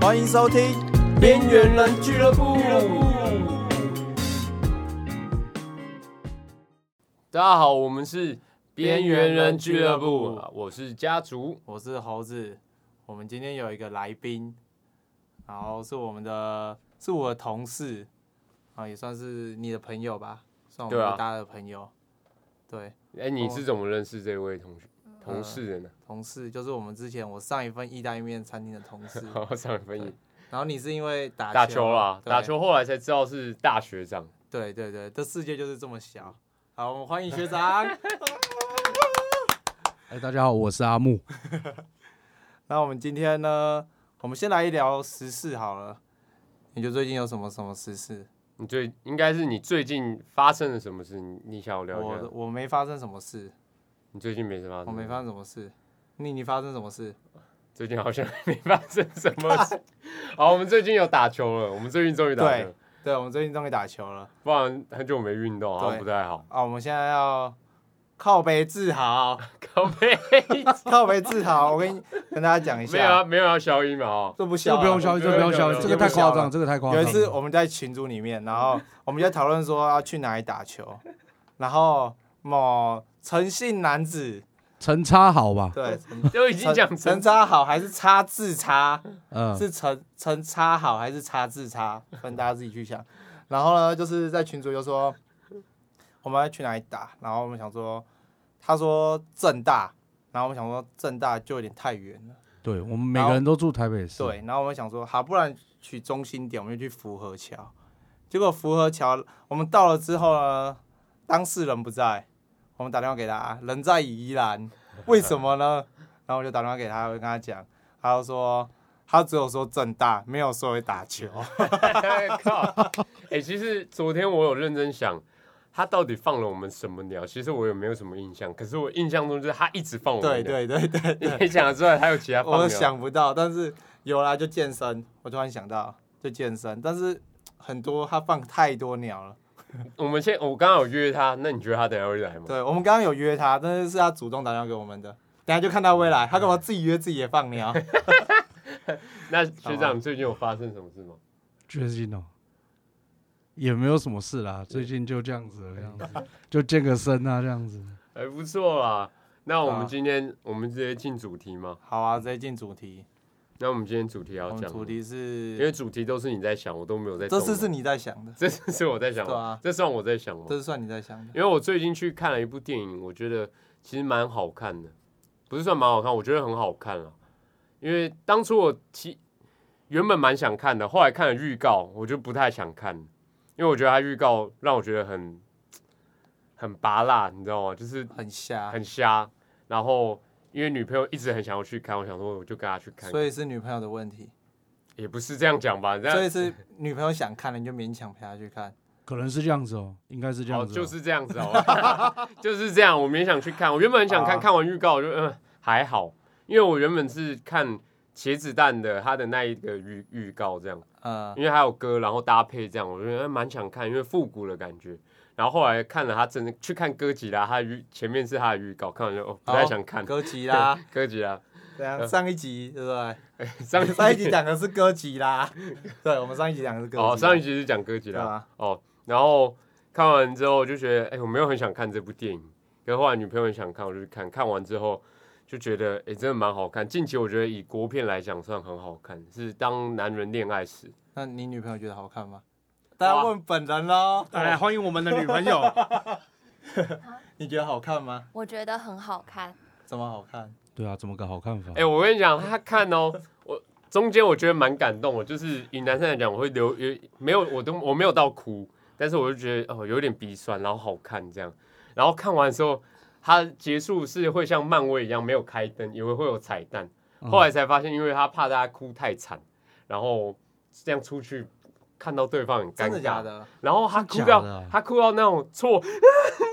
欢迎收听《边缘人俱乐部》。大家好，我们是边缘人俱乐部啊我是家族，我是猴子，我们今天有一个来宾，然后是我们的，是我的同事，啊，也算是你的朋友吧，算我对们啊最大的朋友。对，哎、你是怎么认识这位同学、嗯同事的 呢？，同事就是我们之前我上一份意大利面餐厅的同事 好，上一分对一然后你是因为打啊大邱啦，对大邱后来才知道是大学长，对对对，这世界就是这么小。好，我们欢迎学长。 哎、大家好，我是阿木。 那我们今天呢，我们先来一聊时事好了。你就最近有什么什么时事？你最应该是你最近发生了什么事？你你想要聊一我下？我没发生什么事，你最近没什么？我没发，生什么事。你你发生什么事？最近好像没发生什么 事。好，我们最近有打球了，我们最近终于打球了，对，我们最近终于打球了不然很久没运动，好像对不太好。啊！我们现在要靠背自豪， 靠背靠背自豪。我跟你跟大家讲一没有啊，下，没有要消音嘛哦。这不这小个啊，不用消息息，这个不用消息，这这个个不太夸小了张，这个太夸有张。一次我们在群组里面，然 后我们就讨论说要去哪里打球，然后某诚信男子，陈差好吧？对，都已经讲陈成差好还是差字差？嗯，是陈陈差好还是差字差？分大家自己去想。然后呢，就是在群组就说我们要去哪里打，然后我们想说，他说正大，然后我们想说正大就有点太远了，对我们每个人都住台北市。，对。然后我们想说，好，不然去中心点，我们就去福和桥。结果福和桥我们到了之后呢，当事人不在，我们打电话给他，人在宜兰，为什么呢？然后我就打电话给他，我就跟他讲，他就说他只有说正大，没有说会打球。 靠！哎、其实昨天我有认真想，他到底放了我们什么鸟？其实我也没有什么印象，可是我印象中就是他一直放我们对鸟。对对对你对，可以讲得出来还有其他放我鸟？想不到，但是有啦，就健身，我突然想到就健身，但是很多他放太多鸟了。我们先，我刚刚有约他，那你觉得他等一下会来吗？对我们刚刚有约他，但是是他主动打电话给我们的。等下就看他未嗯来，他干嘛自己约自己也放鸟？那学好啊长，你最近有发生什么事吗？最近哦，也没有什么事啦，最近就这样子了，这样子就健个身啊，这样子。还不错啦。那我好啊们今天、我们直接进主题吗？ 好啊，直接进主题。那我们今天主题要我们讲，主题因是，为主题都是你在想，我都没有在动这脑。次是你在想的，这次是我在想吗，对啊这算我在想吗？这是算你在想的。因为我最近去看了一部电影，我觉得其实蛮好看的，不是算蛮好看，我觉得很好看了。因为当初我其原本蛮想看的，后来看了预告，我就不太想看，因为我觉得它预告让我觉得很很拔辣，你知道吗？就是很瞎，很瞎。然后因为女朋友一直很想要去看，我想说我就跟她去看，所以是女朋友的问题，也不是这样讲吧？这所以样是女朋友想看了你就勉强陪她去看。可能是这样子哦，应该是这样哦，子哦。就是这样子哦， 就是这样。我没想去看，我原本很想看，啊看完预告我就嗯还好，因为我原本是看茄子蛋的他的那一个预预告这样，呃，因为还有歌，然后搭配这样，我觉得哎蛮想看，因为复古的感觉。然后后来看了他真的去看哥吉拉，他预前面是他的预告，看完就哦不太想看、哥吉拉， 哥吉拉。对啊，上一集对不对？上一 上一 集讲的是哥吉拉，对，我们上一集讲的是哥吉拉。哦，上一集是讲哥吉对啊拉，吧？哦，然后看完之后我就觉得，哎、我没有很想看这部电影，可是后来女朋友很想看，我就去看。看完之后就觉得，哎、真的蛮好看。近期我觉得以国片来讲算很好看，是《当男人恋爱时》。那你女朋友觉得好看吗？大家问本人喽，来哎欢迎我们的女朋友，你觉得好看吗？我觉得很好看，怎么好看？对啊，怎么个好看法？哎、我跟你讲，他看哦，我中间我觉得蛮感动的，就是以男生来讲，我会流有没有我都我没有到哭，但是我就觉得哦有点鼻酸，然后好看这样。然后看完之后，它结束是会像漫威一样没有开灯，以为会有彩蛋。嗯后来才发现，因为他怕大家哭太惨，然后这样出去看到对方很尴真的假尬，的？然后他哭真到假的啊他哭到那种错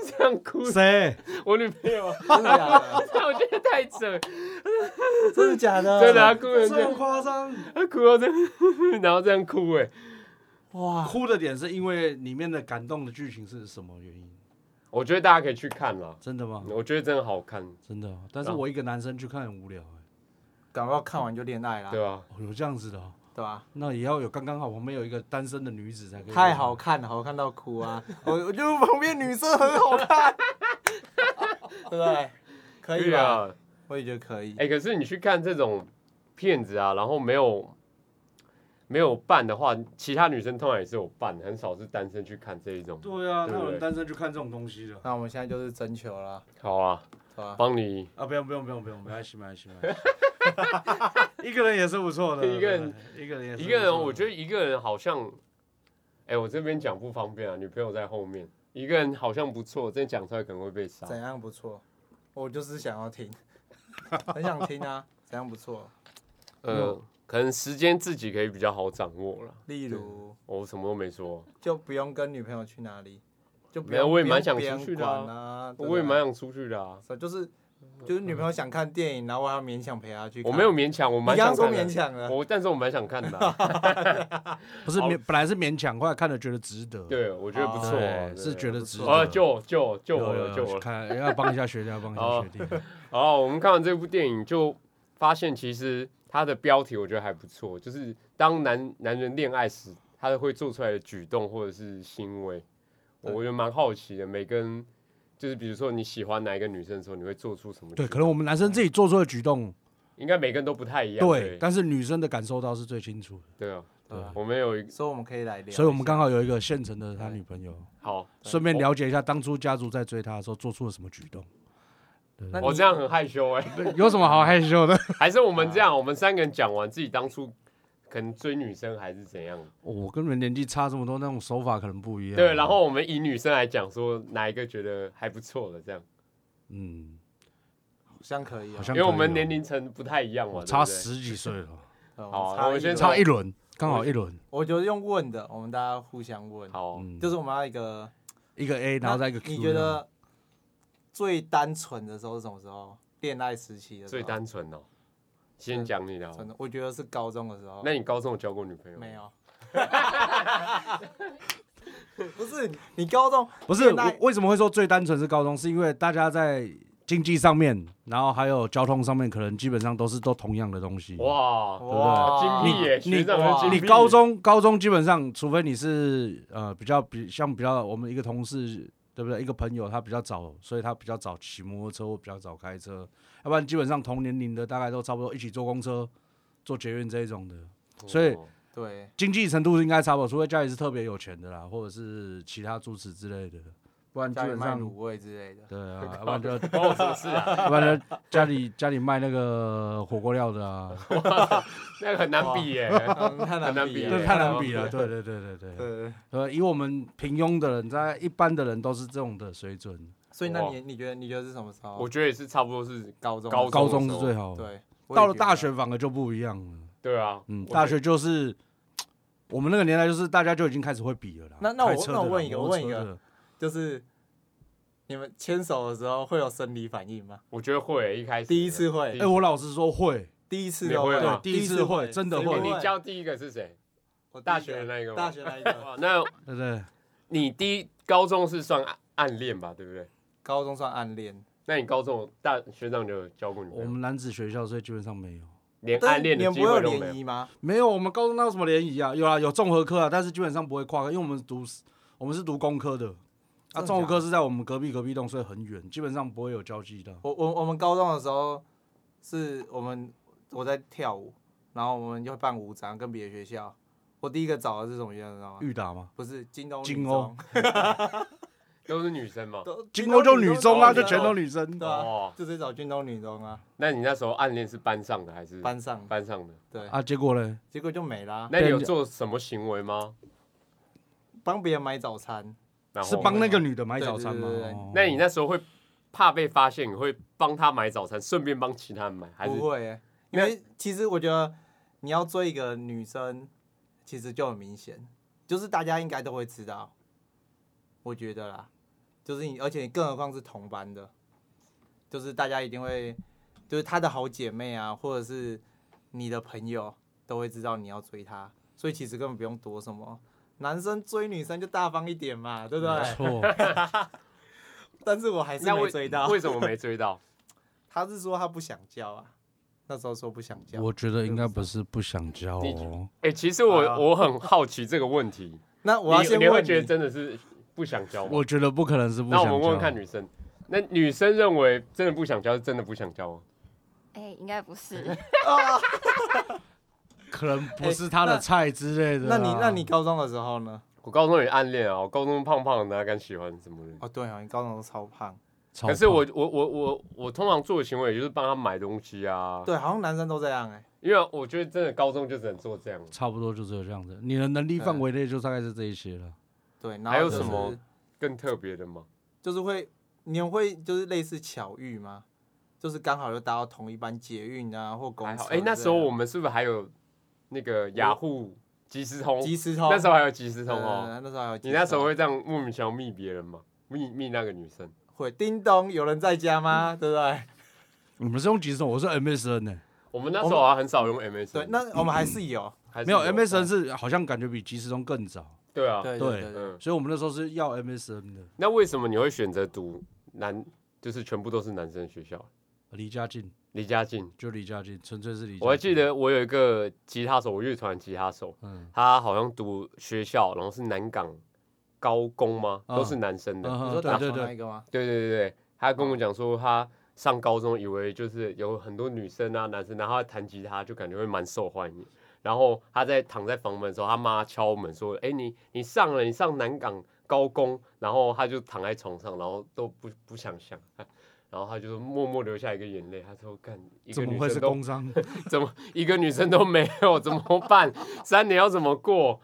这样哭，谁？我女朋友啊， 真的假的？我觉得太扯， 真的假的？ 啊真的他哭成这样，夸张，他哭到这样， 然后这样哭哎、哇！哭的点是因为里面的感动的剧情是什么原因？我觉得大家可以去看啦，真的吗？我觉得真的好看，真的哦，但是我一个男生去看很无聊哎。搞不好看完就恋爱啦。对吧、啊哦，有这样子的哦，对吧？那也要有刚刚好，旁边有一个单身的女子才可以。太好，看了，好看到哭 啊！我我觉得旁边女生很好看，对不对？可以对吧？啊，我也觉得可以。哎、可是你去看这种片子啊，然后没有没有伴的话，其他女生通常也是有伴，很少是单身去看这一种。对啊，对那有对人单身去看这种东西的那我们现在就是征求了，好啊，对吧？帮你啊？不用不用不用不用，没关系没 关系没关系。一个人也是不错的，一个人对一个人也是一个人，我得觉得一个人好像，哎、我这边讲不方便啊，女朋友在后面，一个人好像不错，真讲出来可能会被杀。怎样不错？我就是想要 听，很想听啊！怎样不错？呃，可能时间自己可以比较好掌握了。例如，我什么都没说，就不用跟女朋友去哪里，就不没有用我也蛮不用想别人出去的啊管啊！对不我也对蛮想出去的啊。所以就是嗯就是女朋友想看电影，然后我还要勉强陪她去看。我没有，勉强，我你蛮刚想刚说看的啊勉强 了，我但是我蛮想看 的啊、不是好勉，本来是勉强，后来看了觉得值得。对，我觉得不错、哎啊，是觉得值得。啊，救救救有我有了，有救我了！看要帮一下学弟，要帮一下学弟。哦，我们看完这部电影就发现，其实它的标题我觉得还不错，就是当男男人恋爱时，他会做出来的举动或者是行为，我对觉得蛮好奇的。每个人就是比如说你喜欢哪一个女生的时候，你会做出什么举动？ 对，可能我们男生自己做出的举动，应该每个人都不太一样。对，对但是女生的感受到是最清楚的。对啊，对啊我们有一个所以我们可以来聊一下。所以我们刚好有一个现成的他女朋友，好，顺便了解一下当初家族在追他的时候做出了什么举动。那我你这样很害羞哎、 有什么好害羞的？ 还是我们这样，我们三个人讲完自己当初可能追女生还是怎样？我跟你们年纪差这么多，那种手法可能不一样。对，然后我们以女生来讲，说哪一个觉得还不错的这样，嗯，好像可以哦，好因像为我可以们哦年龄层不太一样嘛，对不差对，十几岁了，对我们好啊差我们先轮差一轮，刚好一轮，我觉得用问的，我们大家互相问，好，嗯，就是我们要一个，一个嗯 A，然后再一个那 Q。你觉得最单纯的时候是什么时候？恋爱时期的时候最单纯哦。先讲哦你的好纯了，的，我觉得是高中的时候。那你高中有交过女朋友？没。有？ 不是你高中不是恋爱我为什么会说最单纯是高中？是因为大家在经济上面，然后还有交通上面，可能基本上都是都同样的东西。哇，哇，金币耶，学你啊长是金你币。高中高中基本上，除非你是呃比较比像比较我们一个同事对不对？一个朋友他比较早，所以他比较早骑摩托车或比较早开车，要不然基本上同年龄的大概都差不多一起坐公车、坐捷运这一种的，所以哦对经济程度应该差不多，除非家里是特别有钱的啦，或者是其他诸此之类的，不然基家里本卖上卤味之类的，对啊，要不然 就关我什么事啊？要不然就家里家里卖那个火锅料的啊，那个很难比耶。嗯太很难比比了这对太难比了，对对对对对。对，呃，以我们平庸的人，在一般的人都是这种的水准，所以那你你觉得你觉得是什么时候？我觉得也是差不多是，高中高高中中的时候是最好的。对，我也到了觉得大学反而就不一样了。对啊，嗯，我觉得大学就是我们那个年代，就是大家就已经开始会比了啦。那那我开车的啦那我问一个摩托车我问一的就是你们牵手的时候会有生理反应吗？我觉得会一开始第一次会第一哎，我老实说会，第一次你都会吗对，第一次会，真的所以会你，你交第一个是谁？我大学的那一个吗大学那一个，哇 那对不对？你第一高中是算暗暗恋吧，对不对？高中算暗恋，那你高中大学长就有交过女朋我友吗，们男子学校，所以基本上没有。连但暗是恋你的们机不会有会都没联有。谊吗？没有，我们高中哪有什么联谊啊？有啊，有综合科啊，但是基本上不会跨科，因为我们读我们是读工科的，啊，真的综合假的科是在我们隔壁隔壁栋，所以很远，基本上不会有交际的。我我我们高中的时候是我们我在跳舞，然后我们就办舞展跟别的学校。我第一个找的是什么学校，你知道吗？裕达吗？不是京东女金欧中，都是女生嘛。都金欧就女女中啊，女就中全都女生。对啊，哦，就是找京东女中啊，那你那时候暗恋是班上的还是班上班上的？对，啊，结果嘞，结果就没啦，那你有做什么行为吗？帮别人买早餐，然后是帮那个女的买早餐吗对对对对？哦那你那时候会怕被发现，你会帮她买早餐，顺便帮其他人买，还是不会欸、因为其实我觉得你要追一个女生，其实就很明显，就是大家应该都会知道，我觉得啦，就是你，而且你更何况是同班的，就是大家一定会，就是她的好姐妹啊，或者是你的朋友都会知道你要追她，所以其实根本不用躲什么。男生追女生就大方一点嘛，对不没对？错， 但是我还是那没为追到。 为什么没追到？他是说他不想交啊，那时候说不想交，我觉得应该不是不想交哦，哎、其实我、啊我很好奇这个问题，那 我要你先你会问觉得真的是不想交吗？我觉得不可能是不那想哦我交。们问问看女生，那女生认为真的不想交是真的不想交吗？哎、应该不 是，啊，可能不是他的菜之 类的那啊、你那你高中的时候呢？我高中也暗恋啊，我高中胖胖的，哪敢喜欢什么人？哦，对哦，你高中都超胖，超可是我胖我我我我通常做的行为也就是帮他买东西啊，对，好像男生都这样哎、因为我觉得真的高中就只能做这样。差不多就只有这样子，你的能力范围内就大概是这一些了。对，然后还有就是什么更特别的吗？就是会，你们会就是类似巧遇吗？就是刚好又搭到同一班捷运啊，或公还车好，之哎、类的。那时候我们是不是还有那个雅虎即时通？即时通，那时候还有即时通对哦。对对那时候还有即你时通，那时候会这样莫名其妙密别人吗？密密那个女生？会叮咚，有人在家吗？ 对不对？嗯你们是用几种？我是 MSN 呢、我们那时候好像很少用 MSN，对，那我们还是有，还是啊没有 MSN 是好像感觉比即时通更早，对啊，对对对对，嗯。所以我们那时候是要 MSN 的，那为什么你会选择读男，就是全部都是男生的学校？离家近离家近。就离家近，纯粹是离家近。我还记得我有一个吉他手，我乐团吉他手，嗯，他好像读学校，然后是南港高工吗？嗯都是男生嗯的。你哼，说对打对球那对，一个吗？对对对对，他跟我讲说他上高中以为就是有很多女生啊男生，然后他弹吉他就感觉会蛮受欢迎。然后他在躺在房门的时候，他妈敲门说：“哎，你你上了，你上南港高工。”然后他就躺在床上，然后都不不想想。 然后他就默默流下一个眼泪，他说：“干，一个怎么女会生是都 工商？怎么一个女生都没有，怎么办？三年要怎么过？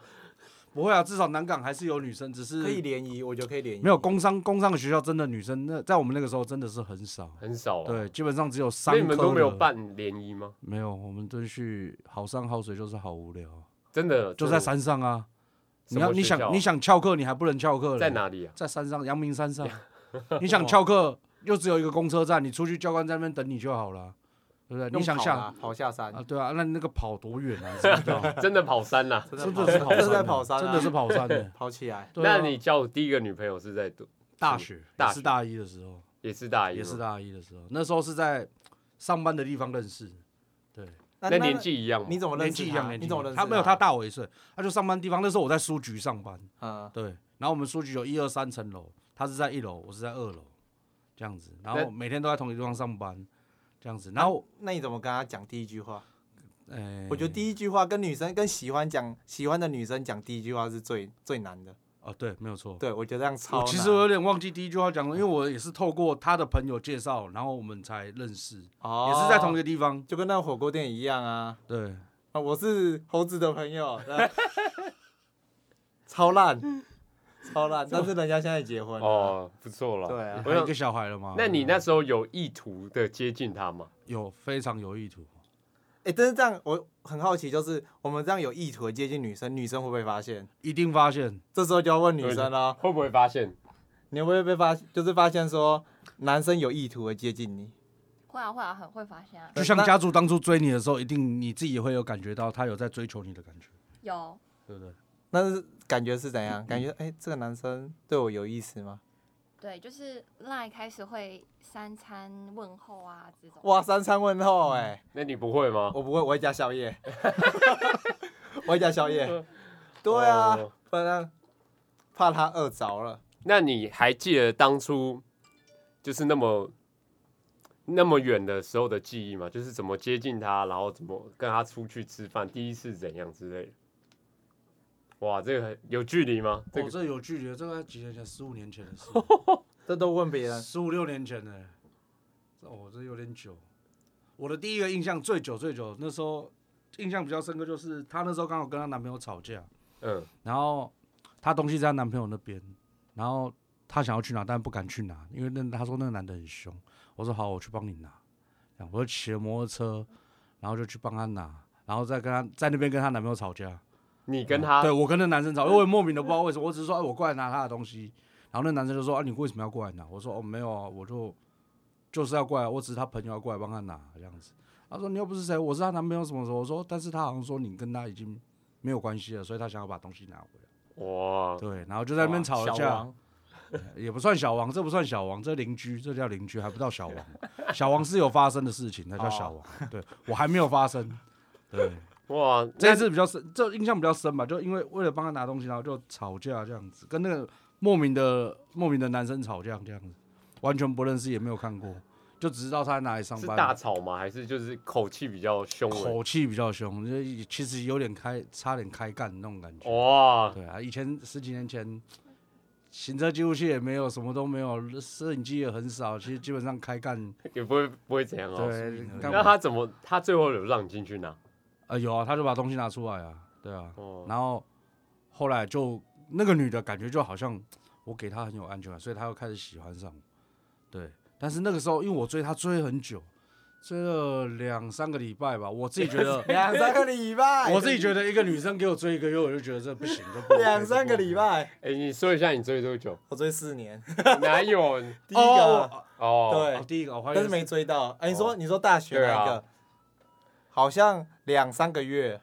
不会啊，至少南港还是有女生，只是可以联谊，我觉得可以联谊。没有工商工商的学校真的女生，那在我们那个时候真的是很少，很少、啊。，对，基本上只有三那科你们都没有的，办联谊吗？没有，我们敦叙好山好水就是好无聊，真的就真在的山上啊，什你么要你学校想你想翘课，你还不能翘课，在？哪里啊？在山上，阳明山 上，你想翘课又只有一个公车站，你出去教官在那边等你就好了，对不对？用你想跑下啦跑下山啊，，对啊，那你那个跑多远啊？你知不知道 真的跑山啦、真真的的是跑跑真的山在啊，跑山啊，真的是跑山的。跑起来。对啊 那你交我第一个女朋友是在读，大学大也学是大一的时候，也是大一，也是，大一的时候，那时候是在上班的地方认识，对，那那年，纪一样吗？你怎么认年识他纪哦一样，年纪你一怎么认样。识？他没有他，大我一岁，他就上班地方。那时候我在书局上班，嗯，对，然后我们书局有一二三层楼，他是在一楼，我是在二楼，这样子，然后那每天都在同一个地方上班，这样子，然后，那你怎么跟他讲第一句话？呃，我觉得第一句话跟女生跟喜欢讲喜欢的女生讲第一句话是最最难的。哦，对，没有错。对，我觉得这样超我难。其实我有点忘记第一句话讲了，因为我也是透过他的朋友介绍，然后我们才认识，哦也是在同一个地方。就跟那个火锅店一样啊。对，啊，我是猴子的朋友， 那超烂，超烂。但是人家现在结婚了，啊哦，不错了。对啊我还有一想个，小孩了嘛。那你那时候有意图的接近她吗？有非常有意图，哎、但是这样我很好奇，就是我们这样有意图的接近女生，女生会不会发现？一定发现这时候就要问女生了。会不会发现？你会不会被发，就是发现说男生有意图的接近你？会啊会啊，很会发现啊，对呃就像那家族当初追你的时候，一定你自己也会有感觉到他有在追求你的感觉，有对不对？那是感觉是怎样？感觉哎、这个男生对我有意思吗？对，就是赖开始会三餐问候啊这种，哇，三餐问候哎、那你不会吗？我不会，我会加宵 夜，我会加宵夜。对啊哦，不然怕他饿着了。那你还记得当初就是那么那么远的时候的记忆吗？就是怎么接近她，然后怎么跟她出去吃饭，第一次怎样之类的？哇，这个很有距离吗？这哦，个这有距离，这个几年前，十五年前 的事，这都问啊别人，十五六年前的，哦，这有点久。我的第一个印象最久最久，那时候印象比较深刻就是她那时候刚好跟她男朋友吵架，嗯，然后她东西在她男朋友那边，然后她想要去拿，但不敢去拿，因为那她说那个男的很凶。我说好，我去帮你拿。这样我就骑了摩托车，然后就去帮她拿，然后再跟她在那边跟她男朋友吵架。你跟她对我跟那男生吵，因为我也莫名的不知道为什么，我只是说哎，我过来拿他的东西，然后那男生就说啊，你为什么要过来拿？我说哦，没有啊，我就就是要过来，我只是他朋友要过来帮他拿这样子。他说你又不是谁，我是她男朋友什么什么。我说但是他好像说你跟他已经没有关系了，所以他想要把东西拿回来。哇，对，然后就在那边吵小架，王。也不算小王，这不算小王，这邻居，这叫邻居，还不到小王。小王是有发生的事情，他叫小哦王。对我还没有 发生。对，哇，这那一次比较深，这印象比较深吧，就因为为了帮他拿东西，然后就吵架这样子，跟那个莫名的莫名的男生吵架这样子，完全不认识也没有看过，就只知道他在哪里上是班，大吵吗？还是就是口气比较凶狠？口气比较凶，就其实有点开，差点开干那种感觉。哇，对啊，以前十几年前，行车记录器也没有，什么都没有，摄影机也很少，其实基本上开干。也不会不会怎样哦。对，干那他怎么？他最后有让你进去拿？呃有啊，他就把东西拿出来啊，对啊，哦，然后后来就那个女的感觉就好像我给她很有安全感，所以她又开始喜欢上我。对，但是那个时候因为我追她追很久，追了两三个礼拜吧，我自己觉得 两三个礼拜，我自己觉得一个女生给我追一个月，我就觉得这不行，这不 OK，两三个礼拜，哎，你说一下你追多 久？我追四年，哪有？第一这不 OK。个啊哦，哦，哦对哦，第一个，我怀疑但是没追到。哎、你说哦你说大学那一对个，啊好像两三个月，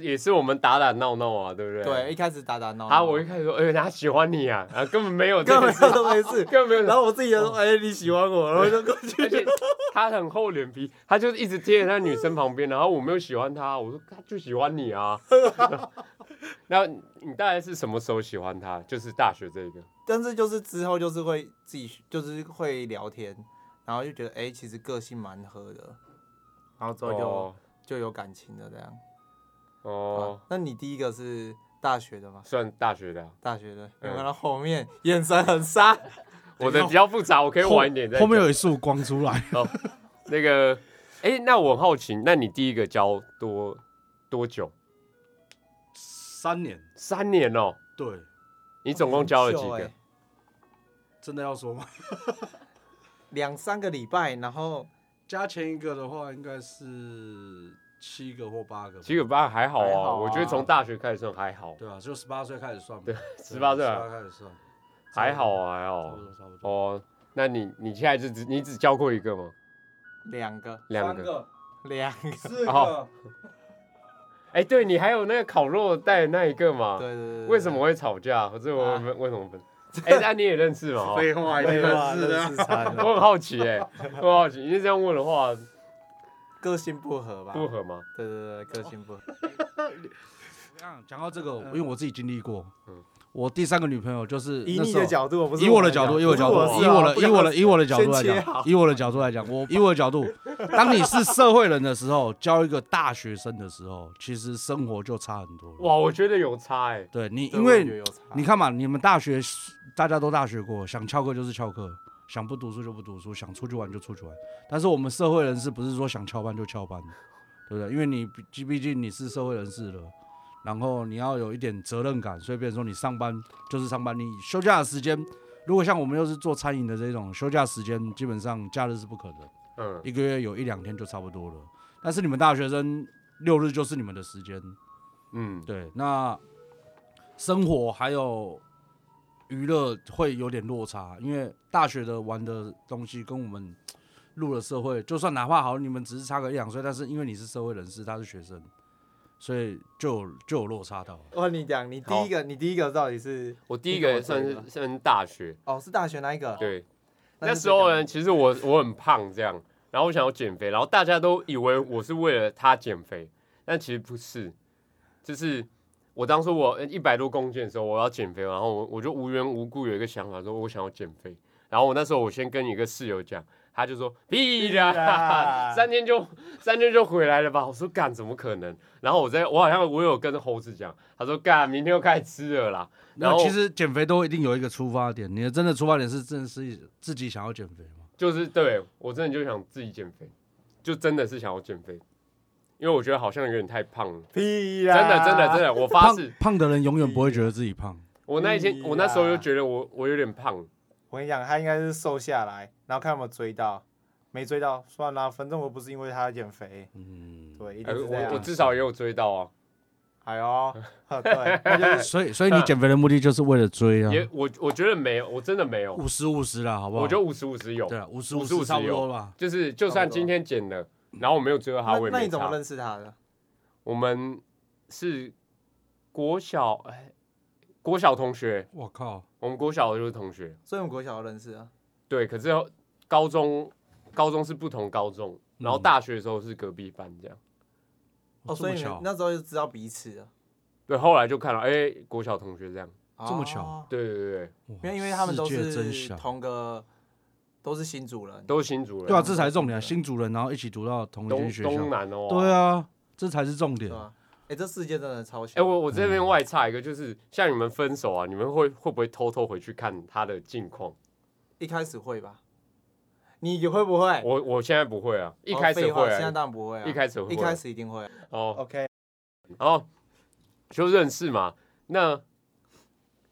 也是我们打打闹闹啊，对不对？对，一。开始打打闹闹，啊，我一开始说，哎，他喜欢你啊， 啊，根本没有这根个本事，哦都没 事。根本没有。然后我自己就说，哎、你喜欢我，然后就过去。 而且他很厚脸皮，他就一直贴在那女生旁边，然后我没有喜欢他，啊我说他就喜欢你啊。 那你大概是什么时候喜欢他？就是大学这个，但是就是之后就是会自己就是会聊天，然后就觉得哎、其实个性蛮合的，然后之后就、哦就有感情的这样。哦啊，那你第一个是大学的吗？算大学的啊、大学的，嗯有看到后面眼神很杀，我的比较复杂，我可以后晚一点再后面讲有一束光出来，那个，哎、那我很好奇，那你第一个交多多久？三年，三年哦、对，你总共交了几很个秀？哎真的要说吗？ 两三个礼拜，然后加前一个的话，应该是七个或八个吧，七个八还好啊，还好啊我觉得从大学开始算还好，对啊，就十八岁开始算嘛，对对，十八岁十啊八开始算，还好啊，还差好不多，差不多。哦。那你你现在就只你只交过一个吗？两个两个。个、两个，四哦，哎、对你还有那个烤肉带的那一个嘛？对对对对，哦为什么会吵架？这我啊们为什么分？哎、那你也认识嘛？哦废话，一定对？是的认啊。识 餐我很好奇哎、我很好奇，你这样问的话个性不合吧？不合吗？对对对，个性不合。讲到这个，因为我自己经历过，嗯我第三个女朋友就是以呃那你时候的角度，不是啊以我的角度，以我的角度，以我的以我的以我的角度来先切讲好，以我的角度来讲，我以我的角度，当你是社会人的时候，教一个大学生的时候，其实生活就差很多了。哇，我觉得有差哎、对你，对因我也觉得为有差你看嘛，你们大学大家都大学过，想翘课就是翘课，想不读书就不读书，想出去玩就出去玩。但是我们社会人士不是说想翘班就翘班，对不对？因为你毕毕竟你是社会人士了，然后你要有一点责任感，所以变成说你上班就是上班，你休假的时间。如果像我们又是做餐饮的这种，休假时间基本上假日是不可能，嗯，一个月有一两天就差不多了。但是你们大学生六日就是你们的时间，嗯，对，那生活还有娱乐会有点落差，因为大学的玩的东西跟我们入了社会，就算哪怕好，你们只是差个一两岁，但是因为你是社会人士，他是学生，所以就有就有落差到。我跟你讲，你第一个，你第一个到底是我第一个算你是怎么算是大学，哦是大学那一个？对，是那时候这呢，个，其实我我很胖这样，然后我想要减肥，然后大家都以为我是为了他减肥，但其实不是，就是我当初我一百多公斤的时候，我要减肥，然后我我就无缘无故有一个想法，说我想要减肥，然后我那时候我先跟一个室友讲，他就说屁屁啦，啦三天就三天就回来了吧，我说干怎么可能？然后我在我好像我有跟猴子讲，他说干明天又开始吃了啦，然那后其实减肥都一定有一个出发点，你的真的出发点是真的是自己想要减肥吗？就是对我真的就想自己减肥，就真的是想要减肥，因为我觉得好像有点太胖了。屁真呀！的真的真的，我发胖誓，胖的人永远不会觉得自己胖，我那一天屁啦我那时候就觉得我我有点胖，我跟你讲，他应该是瘦下来，然后看有没有追到，没追到算啦，反正我不是因为他减肥，嗯，对，一呃定是这我我样。至少也有追到啊，哎呦，呵 对，那就是所以所以你减肥的目的就是为了追啊，也我我觉得没有，我真的没有，五十五十啦，好不好？我觉得五十五十有对，啊，五十五五十十差不有多吧。就是就算今天减了，然后我没有追到他，我那也那没你怎么差。认识他的？我们是国小哎国小同学，我靠，我们国小就是同学，所以我们国小就认识啊。对，可是高中高中是不同高中，然后大学的时候是隔壁班这样。哦，嗯哦所以你这么们巧那时候就知道彼此了。对，后来就看了，哎、国小同学这样。这这么巧，啊对对对对，哦因为因为他们都世界真是小同个，都是新主人。都是新主对啊，人，这才是重点啊，新主人，然后一起读到同一东间学校东，南啊哦。对。啊，这才是重对点。吧？哎、这世界真的超小。哎、我我这嗯边外差一个，就是像你们分手啊，你们会会不会偷偷回去看他的近况？一开始会吧？你会不会？我我现在不会哦啊，一哦开始废话会现在啊，当然不会啊。一开始会啊，一开始一定会。哦， OK，然后就认识嘛。那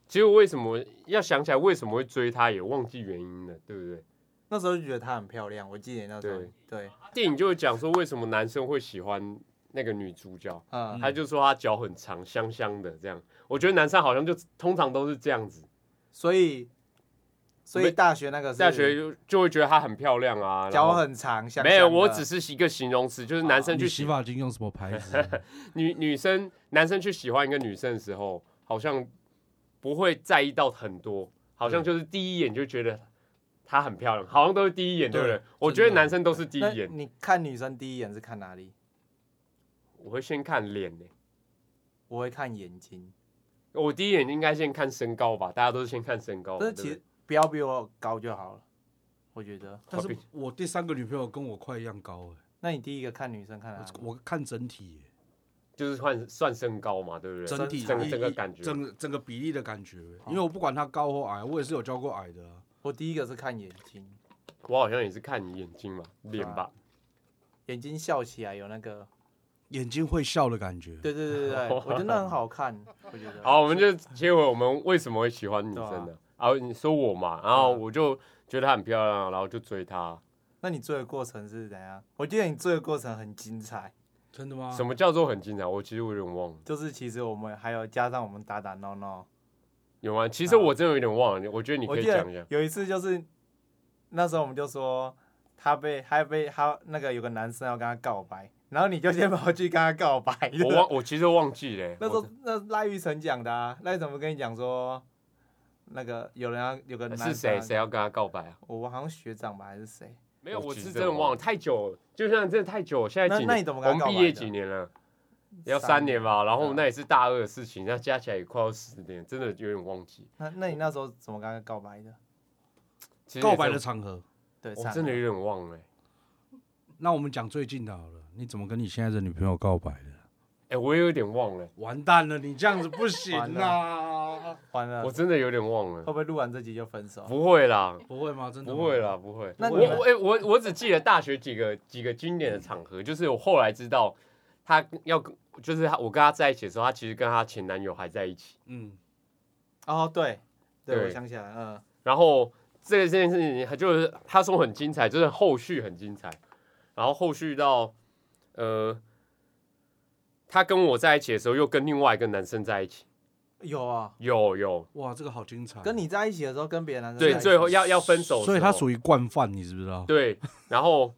其实为什么要想起来为什么会追她，也忘记原因了，对不对？那时候就觉得她很漂亮，我记得那时候对对，电影就会讲说为什么男生会喜欢那个女主角，嗯，他就说她脚很长，香香的这样。我觉得男生好像就通常都是这样子，所以所以没大学那个是大学就就会觉得她很漂亮啊，然脚后。很长，香没有，香啊的我只是一个形容词，就是男生去你喜洗发精用什么 牌子？女女生男生去喜欢一个女生的时候，好像不会在意到很多，好像就是第一眼就觉得她很漂亮，好像都是第一眼，对不对对？我觉得男生都是第一那眼，你看女生第一眼是看哪里？我会先看脸呢、我会看眼睛，我第一眼应该先看身高吧，大家都是先看身高嘛。但是哦对其不实不要比我高就好了，我觉得。但是我第三个女朋友跟我快一样高那你第一个看女生看哪哎啊里，？我看整体耶，对就是算算身高嘛，对不对？整体整一整个感觉，哦整个整个比例的感觉，因为我不管她高或矮，我也是有教过矮的啊。我第一个是看眼睛，我好像也是看眼睛嘛，脸吧。眼睛笑起来有那个，眼睛会笑的感觉，对对对对对，我觉得那很好看，我觉得。 好，我们就结尾我们为什么会喜欢女生对呢？啊，你说我嘛，然后对啊我就觉得她很漂亮，然后就追她。那你追的过程是怎样？我记得你追的过程很精彩，真的吗什？么叫做很精彩？我其实我有点忘了，就是其实我们还有加上我们打打闹闹，有吗？其实我真的有点忘了，你我觉得你我可以记讲一下得。有一次就是那时候我们就说他被他被他那个有个男生要跟他告白，然后你就先跑去跟他告白我的。忘，我其实忘记了、 那时我候那赖玉成讲的啊，赖玉成不跟你讲说那个有人要有个男生是谁？谁要？要跟他告白啊？我好像学长吧还是谁？没有，我其实是真真的的忘忘了了，太久了，就像真的太久了。现在那几那你年？怎么跟我他告们白毕业几年了？要三年吧。然后那也是大二的事情，那加起来也快要十年，真的有点忘记。那那你那时候怎么跟他告白的？其实也告是白的，场合，对，我惨真的了有点忘了、欸那我们讲最近的好了，你怎么跟你现在的女朋友告白的？哎、我也有点忘了、完蛋了，你这样子不 行完啊！完了，我真的有点忘会了。不会录完这集就分手？不会啦，不会吗？真的吗不会啦，。不会。那我你们我哎、我我只记得大学几个几个经典的场合，就是我后来知道她要跟，就是她我跟她在一起的时候，她其实跟她前男友还在一起。嗯，哦，对，对，对我想起来了，嗯，然后这个这件事情，她就是她说很精彩，就是后续很精彩。然后后续到呃，她跟我在一起的时候，又跟另外一个男生在一起。有啊，有有，哇，这个好精彩。跟你在一起的时候跟别的男生对，在一起最后要要分手的时候，所以他属于惯犯，你知不知道？对。然后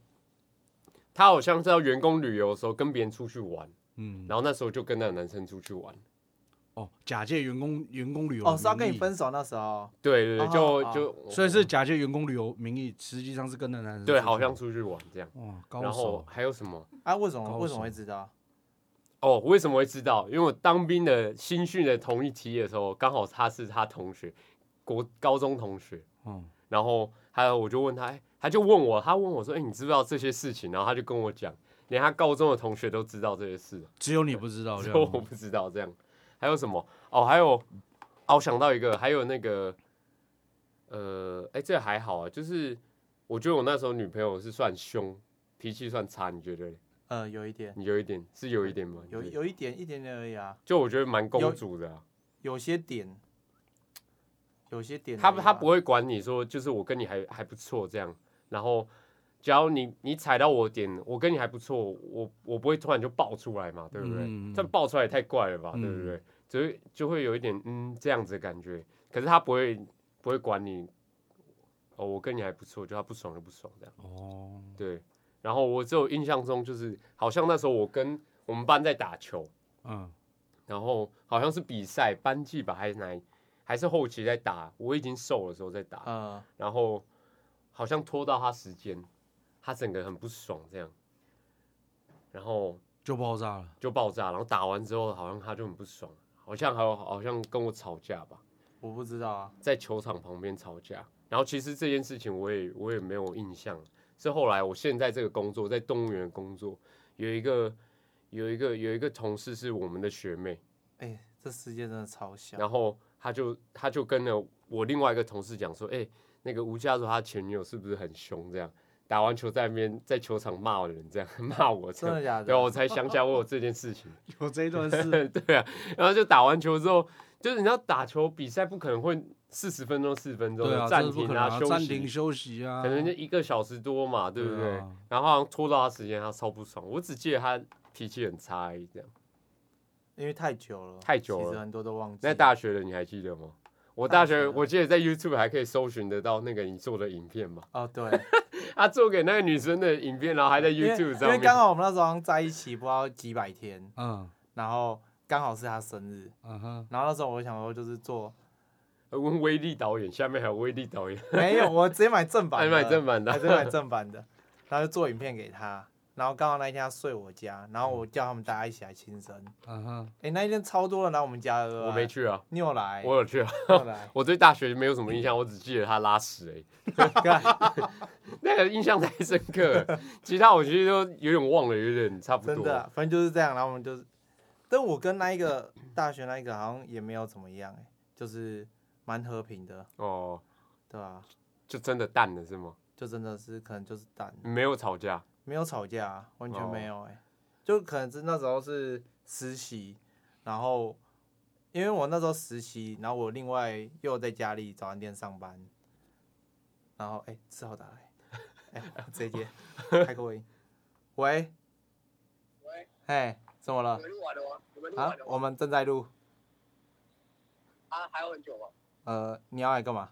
她好像是要员工旅游的时候跟别人出去玩。嗯，然后那时候就跟那个男生出去玩，哦，假借员工员工旅游，哦是要跟你，分手那时候，对对对，就哦就所以是假借员工旅游名义，实际上是跟那男人对，出去好像出去玩这样。哇，高然后手还有什么？啊为什么高为什手么会知道？哦，为什么会知道？因为我当兵的新训的同一梯的时候，刚好他是他同学，国高中同学。嗯，然后还有我就问他，哎他就问我，他问我说：“哎，你知不知道这些事情？”然后他就跟我讲，连他高中的同学都知道这些事，只有你不知道，只这有 样我不知道这样。还有什么？哦，还有，哦，我想到一个，还有那个，呃，哎，这还好啊，就是我觉得我那时候女朋友是算凶，脾气算差，你觉得嘞？呃，有一点，你有一点是有一点吗？有你觉得有一点一点点而已啊，就我觉得蛮公主的啊、有些点，有些点而已她啊，不她不会管你说，就是我跟你还还不错这样，然后只要你你踩到我点，我跟你还不错，我我不会突然就爆出来嘛，对不对？嗯这样爆出来也太怪了吧，嗯对不对？只会就会有一点嗯这样子的感觉，可是她不会不会管你，哦，我跟你还不错，就她不爽就不爽这样。哦，对，然后我只有印象中就是好像那时候我跟我们班在打球，嗯，然后好像是比赛班级吧，还是哪一，还是后期在啊打，我已经瘦的时候在打，呃，然后好像拖到他时间，他整个很不爽这样，然后就爆炸了。就爆炸，然后打完之后好像他就很不爽，好像还有好像跟我吵架吧，我不知道啊，在球场旁边吵架。然后其实这件事情我也我也没有印象，是后来我现在这个工作在动物园工作，有一个有一个有一个同事是我们的学妹，哎、这世界真的超小。然后他就他就跟了我另外一个同事讲说，哎、那个吴家说他前女友是不是很凶？这样打完球在那边在球场骂人，这样 骂我这真样，的假的？ 对，我才想起来我有这件事情。 有这一段是对啊，然后就打完球之后，就是你知道打球比赛不可能会四十分钟、四十分钟 对的啊，暂这不停可能啊，休息，暂停休息啊，可能就一个小时多嘛，对不对？对啊然后好像拖到他时间，他超不爽。我只记得他脾气很差而已，这样。因为太久了，太久了其实很多都忘记。那大学的你还记得吗？我大大学啊学的我记得在 YouTube 还可以搜寻得到那个你做的影片嘛，哦，对，他做给那个女生的影片，然后还在因为 YouTube 因上为刚面。好我们那时候好像在一起不知道几百天，嗯然后刚好是他生日，嗯哼，然后那时候我想说就是做问呃威力导演，下面还有威力导演，没有，我直接买正版还的， 买正版的还，是买正版的，然后就做影片给他，然后刚好那一天他睡我家，然后嗯我叫他们大家一起来亲生，嗯哼，哎、那一天超多人来我们家的，我没，去啊，你有来，我有去啊。，你有来 我对大学没有什么印象，我只记得他拉屎 而已。那个印象太深刻了，其他我其实都有点忘了，有点差不真多。的啊、反正就是这样，然后我们就是，但我跟那一个大学那一个好像也没有怎么样、哎，就是蛮和平的，哦，对吧、就真的淡了是吗？就真的是可能就是淡了，没有吵架，没有吵架啊，完全哦没有哎、就可能是那时候是实习，然后因为我那时候实习，然后我另外又有在家里早餐店上班，然后哎，志、豪打来，哎、我直接接，开口音，喂，喂，哎，怎么了你？们录完了吗？你们录啊完了，吗？我们正在录，啊，还有很久吗？呃，你要来干嘛？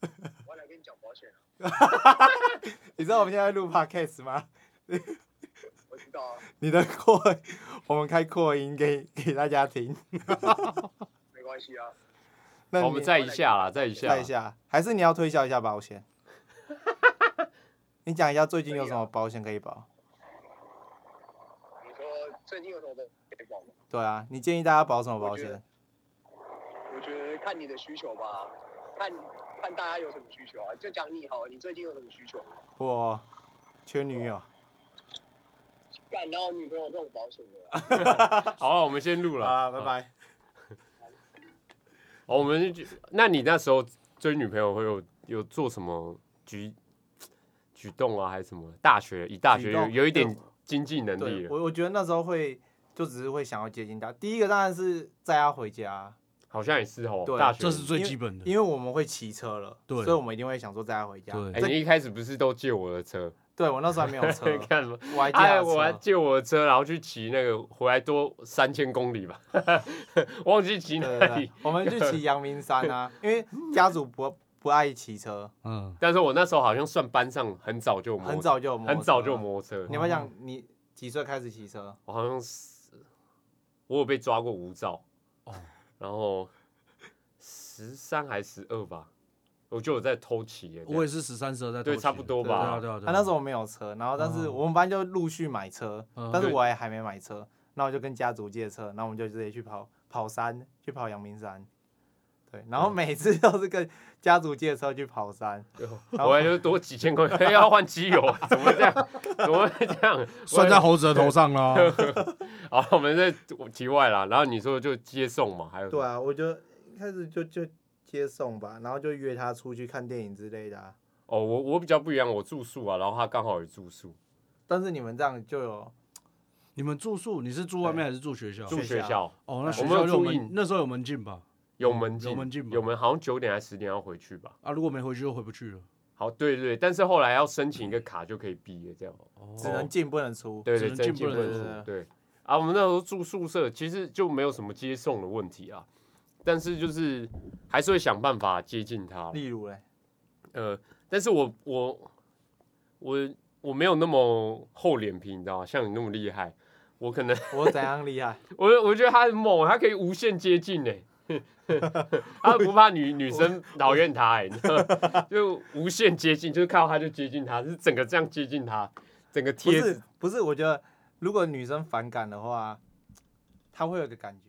我来跟你讲保险啊，你知道我们现在录 podcast 吗？我知道啊，你的扩，我们开扩音给给大家听。没关系啊。那哦好我们你再一下啦，再一下看一啦，下，还是你要推销一下保险？ 你讲一下最近有什么保险可以保？你说最近有什么可以保吗？对啊，你建议大家保什么保我觉险得？我觉得看你的需求吧，看看大家有什么需求啊。就讲你好，你最近有什么需求？我缺女友，干，然后女朋友这种保险的啊、好了，我们先录好啊啦，了。拜拜。哦好，我们就那你那时候追女朋友会有有做什么举举动啊，还是什么？大学一大学举有动有一点对经济能力对了，我，我觉得那时候会就只是会想要接近她。第一个当然是载她回家，好像也是哦。对大学这是最基本的，因为我们会骑车了，对所以我们一定会想说载她回家。对哎，这你一开始不是都借我的车？对我那时候还没有车，看什么？我还借 哎，她我还车。啊借我的车，然后去骑那个，回来多三千公里吧， 忘记骑对 哪对里对。，我们去骑阳明山啊，因为家族不不爱骑 车，嗯，但是我那时候好像算班上很早就有摩很早就有摩托很早就有车摩托车你，要不要哦讲你几岁开始骑车？我好像是我有被抓过无照，哦 然后十三还十二吧，我就有在偷骑耶，我也是十三十二在对偷差窃不多对啊吧对啊对啊，他、那时候我没有车，然后但是哦我们班就陆续买车，嗯但是对我也还没买车，那我就跟家族借车，然后我们就直接去跑跑山，去跑阳明山。对，然后嗯每次都是跟家族借车去跑山，对然后我还就多几千块 要换机油，怎么会这样？ 怎么会这样？算在我猴子的头上了。好，我们在题外啦。然后你说就接送嘛，还有对啊，我就一开始就就接送吧，然后就约他出去看电影之类的、啊。哦，我我比较不一样，我住宿啊，然后他刚好有住宿，但是你们这样就有 哦你们住宿，你是住外面还是住学校？住学学校校哦，那我学们校有就注门意那时候有门禁吧？有门禁，有门禁吧有门好像九点还十点要回去吧。啊，如果没回去就回不去了。好，对对，但是后来要申请一个卡就可以毕业，这样。哦只能进不能出。对只对，能真进进不不能能出出。对啊，我们那时候住宿舍，其实就没有什么接送的问题啊，但是就是还是会想办法接近他。例如嘞，呃，但是我我我我没有那么厚脸皮，你知道吗？像你那么厉害，我可能我怎样厉害？我我觉得他很猛，他可以无限接近呢、欸 他不怕女女生讨厌他、欸，你知道吗 就无限接近，就是看到他就接近他，是整个这样接近他，整个不贴是不是，我觉得如果女生反感的话，她会有一个感觉，